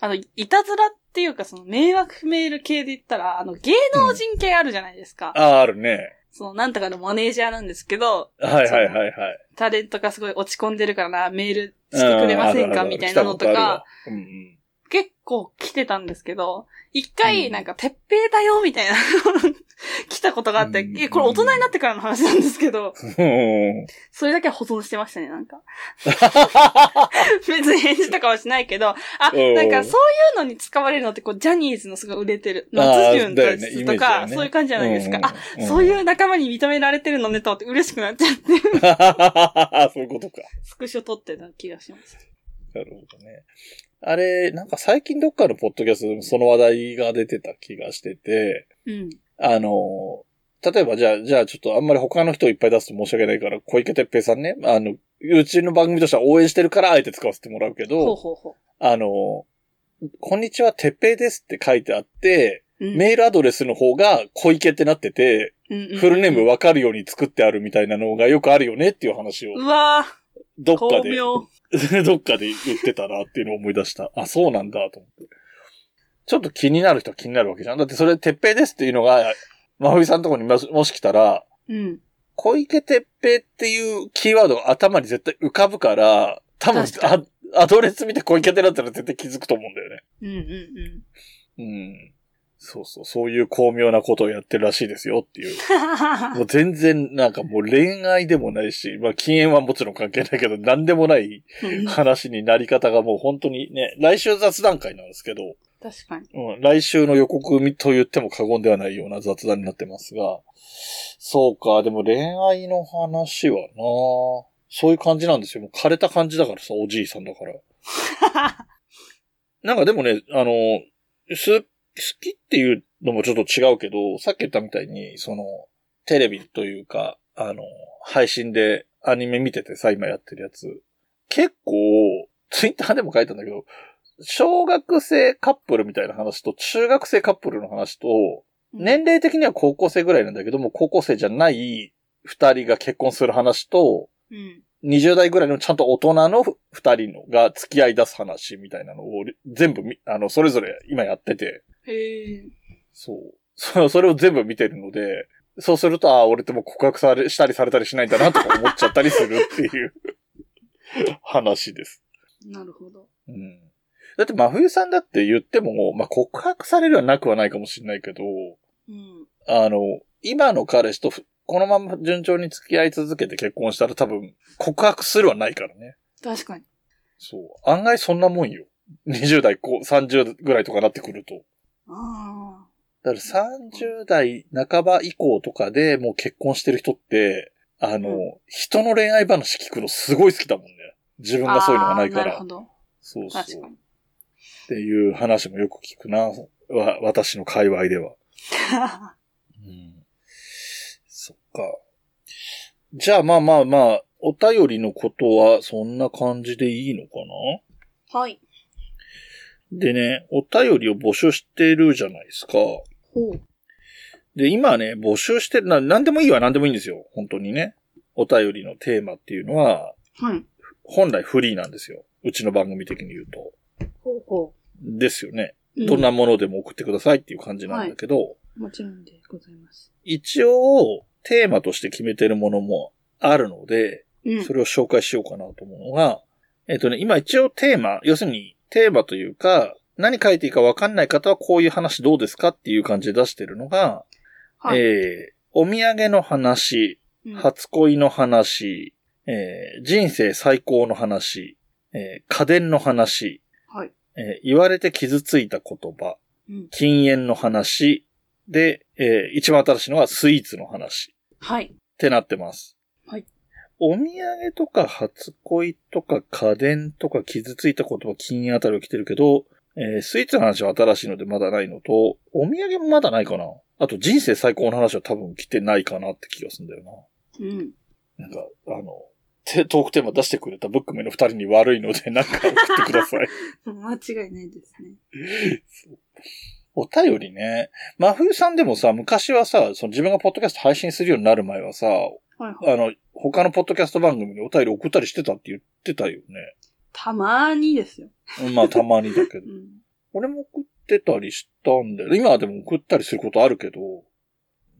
Speaker 3: あの、いたずらっていうか、その、迷惑メール系で言ったら、あの、芸能人系あるじゃないですか。
Speaker 4: ああ、あるね。
Speaker 3: その、なんとかのマネージャーなんですけど、
Speaker 4: はいはいはいはい。
Speaker 3: タレントがすごい落ち込んでるからな、メールしてくれませんか
Speaker 4: うん
Speaker 3: みたいなのと。
Speaker 4: あるあるある来たことある
Speaker 3: か
Speaker 4: わ、うんうん
Speaker 3: 結構来てたんですけど、一
Speaker 4: う
Speaker 3: 回、
Speaker 4: ん
Speaker 3: なんか、鉄平だよみたいな、 来たことがあって
Speaker 4: う、ん
Speaker 3: え、これ大人になってからの話なんですけど、
Speaker 4: うん
Speaker 3: それだけは保存してましたね、な んか。別に返事とかはしないけど、あ、
Speaker 4: うん
Speaker 3: なんかそういうのに使われるのって、こう、ジャニーズのすごい売れてる、夏潤
Speaker 4: だよ
Speaker 3: た
Speaker 4: ね
Speaker 3: ち
Speaker 4: イメー
Speaker 3: と
Speaker 4: ジだ
Speaker 3: か、
Speaker 4: よね
Speaker 3: そういう感じじゃないですか。あ、
Speaker 4: んん
Speaker 3: そういう仲間に認められてるのねと思って嬉しくなっちゃ って、
Speaker 4: そういうことか。
Speaker 3: スクショ撮ってた気がします。
Speaker 4: なるほどね。あれ、なんか最近どっかのポッドキャストでもその話題が出てた気がしてて、
Speaker 3: うん。
Speaker 4: あの、例えばじゃあ、じゃあちょっとあんまり他の人をいっぱい出すと申し訳ないから、小池徹平さんね、あの、うちの番組としては応援してるからあえて使わせてもらうけ
Speaker 3: ほう
Speaker 4: ど、
Speaker 3: ほうほ
Speaker 4: あの、こんにちは、てっぺいですって書いてあって、
Speaker 3: う。うん
Speaker 4: メールアドレスの方が小池ってなってて、フルネームわかるように作ってあるみたいなのがよくあるよねっていう話を
Speaker 3: う、ん。うわぁ、
Speaker 4: どっか
Speaker 3: 巧
Speaker 4: で、
Speaker 3: 妙。
Speaker 4: どっかで言ってたなっていうのを思い出した。あ、そうなんだと思って。ちょっと気になる人は気になるわけじゃん。だってそれ、鉄平ですっていうのが、まふいさんのところにもしもし来たら、
Speaker 3: うん。
Speaker 4: 小池鉄平っていうキーワードが頭に絶対浮かぶから、多分
Speaker 3: 確、か
Speaker 4: あアドレス見て小池ってなったら絶対気づくと思うんだよね。
Speaker 3: うんうんうん。
Speaker 4: うん。そうそう、そういう巧妙なことをやってるらしいですよっていう。もう全然なんかもう恋愛でもないし、まあ禁煙はもちろん関係ないけど、なんでもない
Speaker 3: うん
Speaker 4: 話になり方がもう本当にね、来週雑談会なんですけど、
Speaker 3: 確かに。
Speaker 4: うん、来週の予告と言っても過言ではないような雑談になってますが、そうか、でも恋愛の話はなそういう感じなんですよ。もう枯れた感じだからさ、おじいさんだから。なんかでもね、あの、す、好きっていうのもちょっと違うけど、さっき言ったみたいに、その、テレビというか、あの、配信でアニメ見ててさ、今やってるやつ。結構、ツイッターでも書いたんだけど、小学生カップルみたいな話と中学生カップルの話と、年齢的には高校生ぐらいなんだけども、高校生じゃない二人が結婚する話と、
Speaker 3: うん。
Speaker 4: 20代ぐらいのちゃんと大人の二人のが付き合い出す話みたいなのを全部み、あの、それぞれ今やってて、
Speaker 3: へえ。
Speaker 4: そう。そそれを全部見てるので、そうすると、ああ、俺ってもう告白され、したりされたりしないんだなとか思っちゃったりするっていう話です。
Speaker 3: なるほど。
Speaker 4: うんだって、真冬さんだって言っても、まあ、告白されるはなくはないかもしれないけど、
Speaker 3: うん。
Speaker 4: あの、今の彼氏とふこのまま順調に付き合い続けて結婚したら多分、告白するはないからね。
Speaker 3: 確かに。
Speaker 4: そう。案外そんなもんよ。20代、こう30ぐらいとかなってくると。
Speaker 3: ああ。
Speaker 4: だから30代半ば以降とかでもう結婚してる人って、あの、
Speaker 3: う
Speaker 4: 人の恋愛話聞くのすごい好きだもんね。自分がそういうのがないか
Speaker 3: あーなる
Speaker 4: ら
Speaker 3: ほ。ど。
Speaker 4: そうそう。
Speaker 3: 確かに。
Speaker 4: っていう話もよく聞くな、わ、私の界隈では。うん。そっか。じゃあまあまあまあ、お便りのことはそんな感じでいいのか
Speaker 3: はい。
Speaker 4: なでね、お便りを募集してるじゃないですか。
Speaker 3: ほう。
Speaker 4: で、今ね、募集してる、な、なんでもいいわ、なんでもいいんですよ。本当にね。お便りのテーマっていうのは、
Speaker 3: はい。
Speaker 4: 本来フリーなんですよ。うちの番組的に言うと。
Speaker 3: ほうほ
Speaker 4: ですよね。
Speaker 3: う。
Speaker 4: どんなものでも送ってくださいっていう感じなんだけど、
Speaker 3: もちろんでございます。
Speaker 4: 一応、テーマとして決めてるものもあるので、
Speaker 3: うん
Speaker 4: そ。れを紹介しようかなと思うのが、えっ、とね、今一応テーマ、要するにテーマというか、何書いていいかわかんない方はこういう話どうですかっていう感じで出してるのが、
Speaker 3: はい
Speaker 4: えーお土産の話、
Speaker 3: うん
Speaker 4: 初恋の話、えー人生最高の話、えー家電の話、
Speaker 3: はい
Speaker 4: えー言われて傷ついた言葉、
Speaker 3: うん
Speaker 4: 禁煙の話、で、えー一番新しいのがスイーツの話、
Speaker 3: はい。
Speaker 4: ってなってます。
Speaker 3: はい。
Speaker 4: お土産とか初恋とか家電とか傷ついた言葉、禁煙あたりを来てるけど、えースイーツの話は新しいのでまだないのと、お土産もまだないかな。あと人生最高の話は多分来てないかなって気がするんだよな。
Speaker 3: うん。
Speaker 4: なんか、あの、てトークテーマ出してくれたブックメンの二人に悪いので、なんか送ってください。
Speaker 3: 間違いないですね。
Speaker 4: お便りね。真冬さんでもさ、昔はさ、その自分がポッドキャスト配信するようになる前はさ、
Speaker 3: はいはい。
Speaker 4: あの、他のポッドキャスト番組にお便り送ったりしてたって言ってたよ
Speaker 3: たまーにですよ。
Speaker 4: ね。まあ、たまにだけ
Speaker 3: う
Speaker 4: ど。
Speaker 3: ん。
Speaker 4: 俺も送ってたりしたんだよね。今はでも送ったりすることあるけど。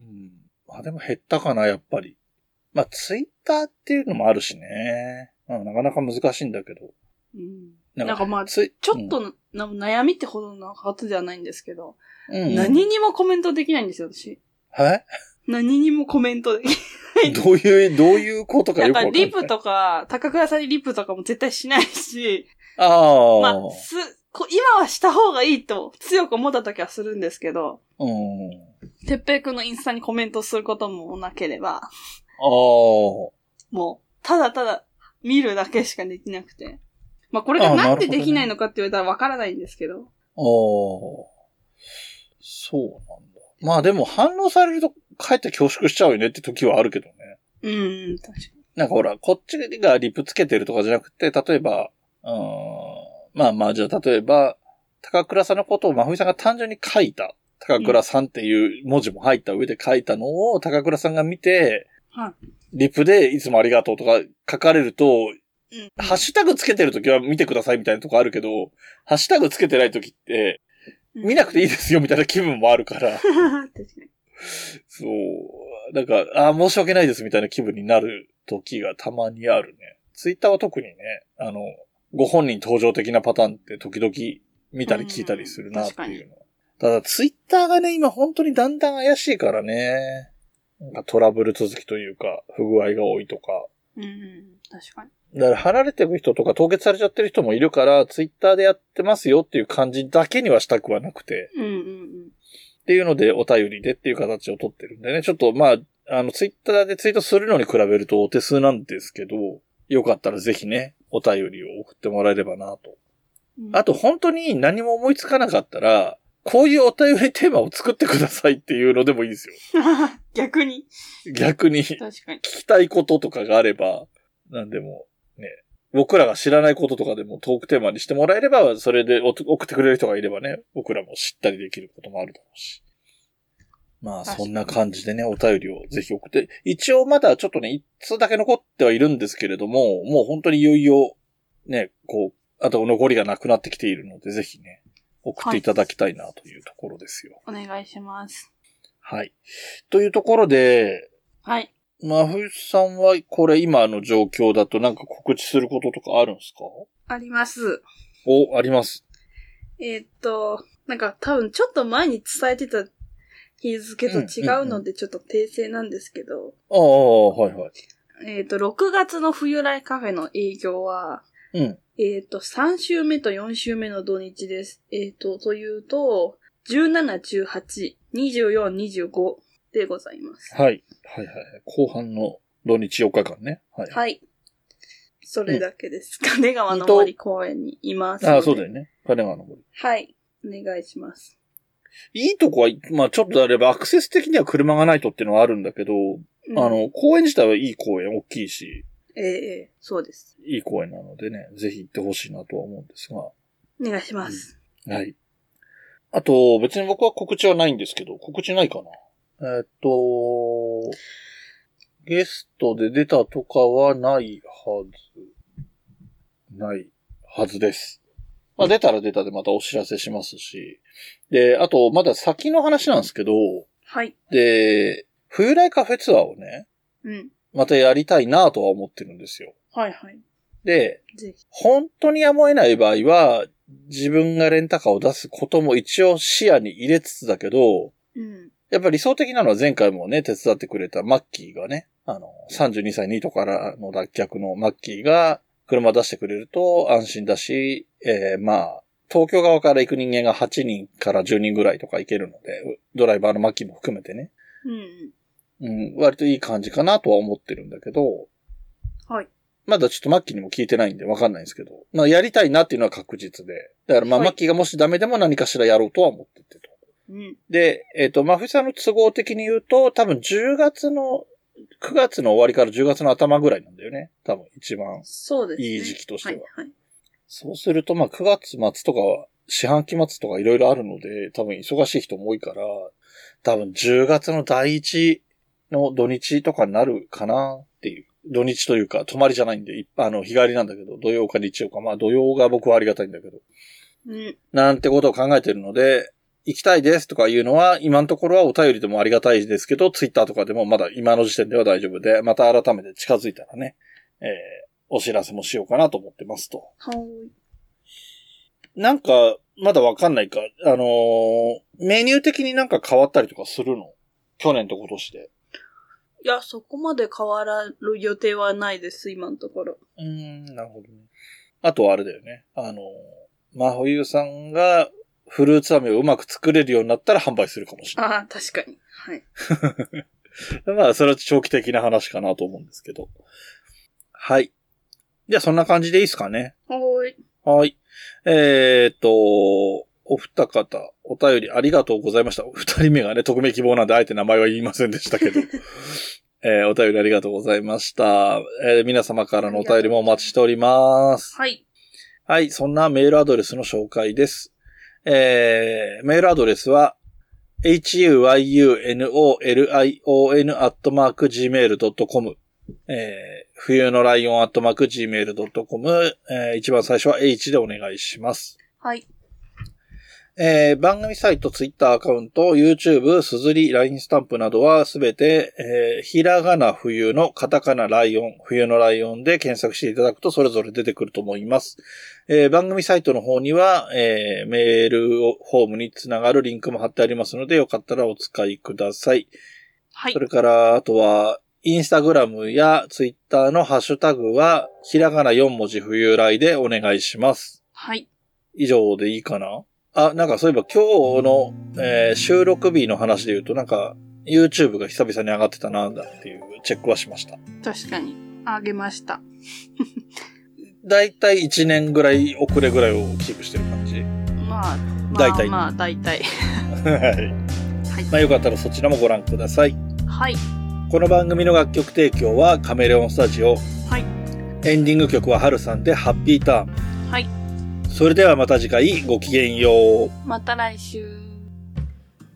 Speaker 4: うん。まあでも減ったかな、やっぱり。まあ、ツイッターっていうのもあるしね。まあ、なかなか難しいんだけど。
Speaker 3: うん。
Speaker 4: なんか
Speaker 3: なんかまあ、ち
Speaker 4: ツイ
Speaker 3: ょっ、とな悩みってほどのことではないんですけど、
Speaker 4: うんうん
Speaker 3: 何にもコメントできないんですよ、私。
Speaker 4: え
Speaker 3: 何にもコメントでき
Speaker 4: どういう、どういうことか
Speaker 3: な
Speaker 4: よ
Speaker 3: い。
Speaker 4: くわ
Speaker 3: な
Speaker 4: か
Speaker 3: ん
Speaker 4: ん
Speaker 3: か、
Speaker 4: ない。
Speaker 3: リプとか、高倉さんにリプとかも絶対しないし、
Speaker 4: ああ。
Speaker 3: まあ、す、こ今はした方がいいと強く思った時はするんですけど、
Speaker 4: うん。
Speaker 3: てっぺいくんのインスタにコメントすることもなければ、
Speaker 4: ああ。
Speaker 3: もう、ただただ見るだけしかできなくて。まあ、これが
Speaker 4: あなる
Speaker 3: な
Speaker 4: ほ
Speaker 3: ん
Speaker 4: ど
Speaker 3: で
Speaker 4: ね
Speaker 3: できないのかって言われたらわからないんですけど。
Speaker 4: ああ。そうなんだ。まあでも反応されると帰って恐縮しちゃうよねって時はあるけどね。
Speaker 3: うん、確かに。
Speaker 4: なんかほら、こっちがリプつけてるとかじゃなくて、例えば、うーん、まあまあじゃあ例えば、高倉さんのことを真冬さんが単純に書いた。高倉さんっていう文字も入った上で書いたのを、高倉さんが見て、
Speaker 3: は
Speaker 4: リプでいつもありがとうとか書かれると、
Speaker 3: うん。
Speaker 4: ハッシュタグつけてるときは見てくださいみたいなとこあるけど、ハッシュタグつけてないときって、見なくていいですよみたいな気分もあるから、
Speaker 3: 確かに。
Speaker 4: そう、なんか、あー申し訳ないですみたいな気分になるときがたまにあるね。ツイッターは特にね、あの、ご本人登場的なパターンって時々見たり聞いたりするなっていうの。ただツイッターがね、今本当にだんだん怪しいからね。なんかトラブル続きというか、不具合が多いとか、
Speaker 3: うん、確かに。
Speaker 4: だから離れてる人とか凍結されちゃってる人もいるから、ツイッターでやってますよっていう感じだけにはしたくはなくて、
Speaker 3: うん、うん、
Speaker 4: っていうのでお便りでっていう形をとってるんでね、ちょっとまあ、あの、ツイッターでツイートするのに比べるとお手数なんですけど、よかったらぜひね、お便りを送ってもらえればなと。
Speaker 3: うん。
Speaker 4: あと本当に何も思いつかなかったら、こういうお便りテーマを作ってくださいっていうのでもいいですよ。
Speaker 3: 逆に。
Speaker 4: 逆に。
Speaker 3: 確かに。
Speaker 4: 聞きたいこととかがあれば、なんでも、ね、僕らが知らないこととかでもトークテーマにしてもらえれば、それでお送ってくれる人がいればね、僕らも知ったりできることもあるだろうし。まあ、
Speaker 3: 確か
Speaker 4: そ
Speaker 3: に
Speaker 4: んな感じでね、お便りをぜひ送って、一応まだちょっとね、一通だけ残ってはいるんですけれども、もう本当にいよいよ、ね、こう、あと残りがなくなってきているので、ぜひね、送っていただきたいなというところですよ。
Speaker 3: お願いします。
Speaker 4: はい、というところで、
Speaker 3: はい。
Speaker 4: 真冬さんは、これ今の状況だとなんか告知することとかあるんですか
Speaker 3: あります。
Speaker 4: お、あります。
Speaker 3: えーっと、なんか多分ちょっと前に伝えてた日付と違うのでちょっと訂正なんですけど、
Speaker 4: ああ、はいはい。
Speaker 3: えーっと、6月の冬来カフェの営業は、
Speaker 4: うん。
Speaker 3: えーっと、3週目と4週目の土日です。えーっと、というと、17、18、24、25でございます。
Speaker 4: はい。はいはいはい。後半の土日4日間ね。はい。い、
Speaker 3: はい。それだけです。金川の
Speaker 4: えっと
Speaker 3: 森公園にいます。
Speaker 4: ああ、そうだよね。金川の森。
Speaker 3: はい。お願いします。
Speaker 4: いいとこは、まあちょっとあればアクセス的には車がないとっていうのはあるんだけど、
Speaker 3: うん
Speaker 4: あ、の、公園自体はいい公園、大きいし、
Speaker 3: えーえーそうです。
Speaker 4: いい公園なのでね、ぜひ行ってほしいなとは思うんですが。
Speaker 3: お願いします。
Speaker 4: はい。あと、別に僕は告知はないんですけど、告知ないかな。えーっと、ゲストで出たとかはないはず、ないはずです。まあ出たら出たでまたお知らせしますし。で、あと、まだ先の話なんですけど、
Speaker 3: はい。
Speaker 4: で、冬来カフェツアーをね、
Speaker 3: うん。
Speaker 4: またやりたいなとは思ってるんですよ。
Speaker 3: はいはい。
Speaker 4: で、
Speaker 3: ぜひ。
Speaker 4: 本当にやむを得ない場合は、自分がレンタカーを出すことも一応視野に入れつつだけど、
Speaker 3: うん。
Speaker 4: やっぱ理想的なのは前回もね、手伝ってくれたマッキーがね、あの、32歳ニートからの脱却のマッキーが車出してくれると安心だし、えーまあ、東京側から行く人間が8人から10人ぐらいとか行けるので、ドライバーのマッキーも含めてね、
Speaker 3: うん。
Speaker 4: うん、割といい感じかなとは思ってるんだけど、
Speaker 3: はい。
Speaker 4: まだちょっとマッキーにも聞いてないんでわかんないんですけど、まあやりたいなっていうのは確実で、だからまあ、
Speaker 3: はい
Speaker 4: マッキーがもしダメでも何かしらやろうとは思っててと。
Speaker 3: うん。
Speaker 4: で、えっ、と、まふさんの都合的に言うと、多分10月の、9月の終わりから10月の頭ぐらいなんだよね。多分一番。
Speaker 3: そうです、ね。
Speaker 4: いい時期としては
Speaker 3: はい、はい。
Speaker 4: そうすると、まあ9月末とかは、四半期末とかいろいろあるので、多分忙しい人も多いから、多分10月の第一の土日とかになるかなっていう。土日というか、泊まりじゃないんで、いあの、日帰りなんだけど、土曜か日曜か、まあ土曜が僕はありがたいんだけど、
Speaker 3: うん。
Speaker 4: なんてことを考えてるので、行きたいですとかいうのは、今のところはお便りでもありがたいですけど、ツイッターとかでもまだ今の時点では大丈夫で、また改めて近づいたらね、えーお知らせもしようかなと思ってますと。
Speaker 3: はーい。
Speaker 4: なんか、まだわかんないか。あのーメニュー的になんか変わったりとかするの去年と今年で。
Speaker 3: いや、そこまで変わる予定はないです、今のところ。
Speaker 4: うーん、なるほどね。あとはあれだよね。あのー、まほゆうさんがフルーツ飴をうまく作れるようになったら販売するかもしれない。
Speaker 3: ああ、確かに。はい。
Speaker 4: まあ、それは長期的な話かなと思うんですけど。はい。じゃあ、そんな感じでいいですかね。
Speaker 3: はーい。
Speaker 4: はい。えーっと、お二方、お便りありがとうございました。お二人目がね、匿名希望なんで、あえて名前は言いませんでしたけど。 えーお便りありがとうございました。えー皆様からのお便りもお待ちしております。
Speaker 3: はい。
Speaker 4: はい、そんなメールアドレスの紹介です。えー、メールアドレスは、huyunolion.gmail.com、えー、冬のライオン .gmail.com、えー、一番最初は h でお願いします。
Speaker 3: はい。
Speaker 4: えー番組サイト、ツイッターアカウント、YouTube、すずり、LINE スタンプなどはすべて、えーひらがな冬のカタカナライオン、冬のライオンで検索していただくとそれぞれ出てくると思います。えー番組サイトの方には、えーメールをフォームにつながるリンクも貼ってありますので、よかったらお使いください。
Speaker 3: はい
Speaker 4: そ。れから、あとは、インスタグラムやツイッターのハッシュタグは、ひらがな4文字冬来でお願いします。
Speaker 3: はい。
Speaker 4: 以上でいいかなあ、なんかそういえば今日の、えー収録日の話で言うとなんか YouTube が久々に上がってたなだっていうチェックはしました。
Speaker 3: 確かに。あげました。
Speaker 4: だいたい1年ぐらい遅れぐらいをキープしてる感じ。
Speaker 3: まあ、まあ、
Speaker 4: 大体
Speaker 3: まあ、大体。
Speaker 4: はい。
Speaker 3: はい。
Speaker 4: まあよかったらそちらもご覧ください。
Speaker 3: はい。
Speaker 4: この番組の楽曲提供はカメレオンスタジオ。
Speaker 3: はい。
Speaker 4: エンディング曲はハルさんでハッピーターン。
Speaker 3: はい。
Speaker 4: それではまた次回ごきげんよう。
Speaker 3: また来週。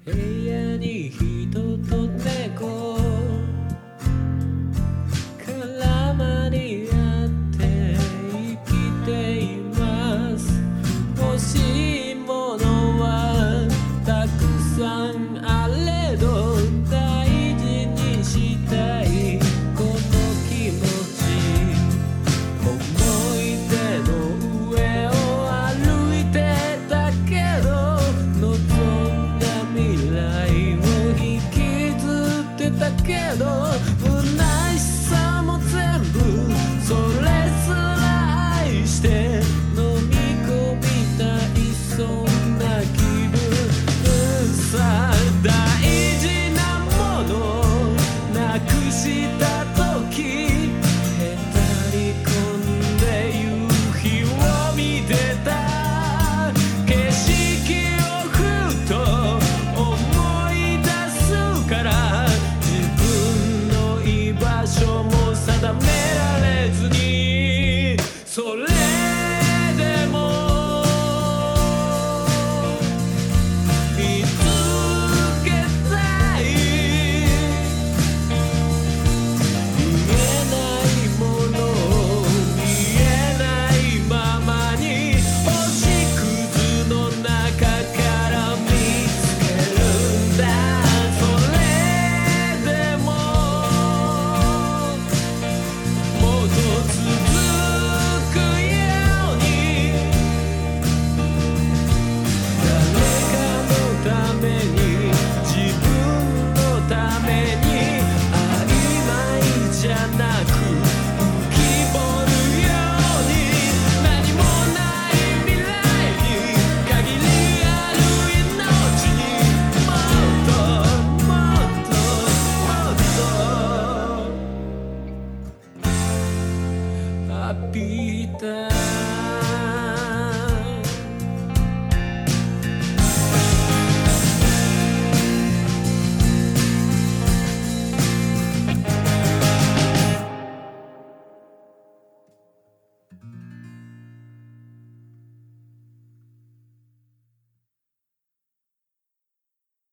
Speaker 5: 部屋に人と猫絡まり合って生きています欲しいものはたくさんあれど大事にしたいこの気持ち「思い出の上を歩いてたけど」「望んだ未来を引きずってたけど」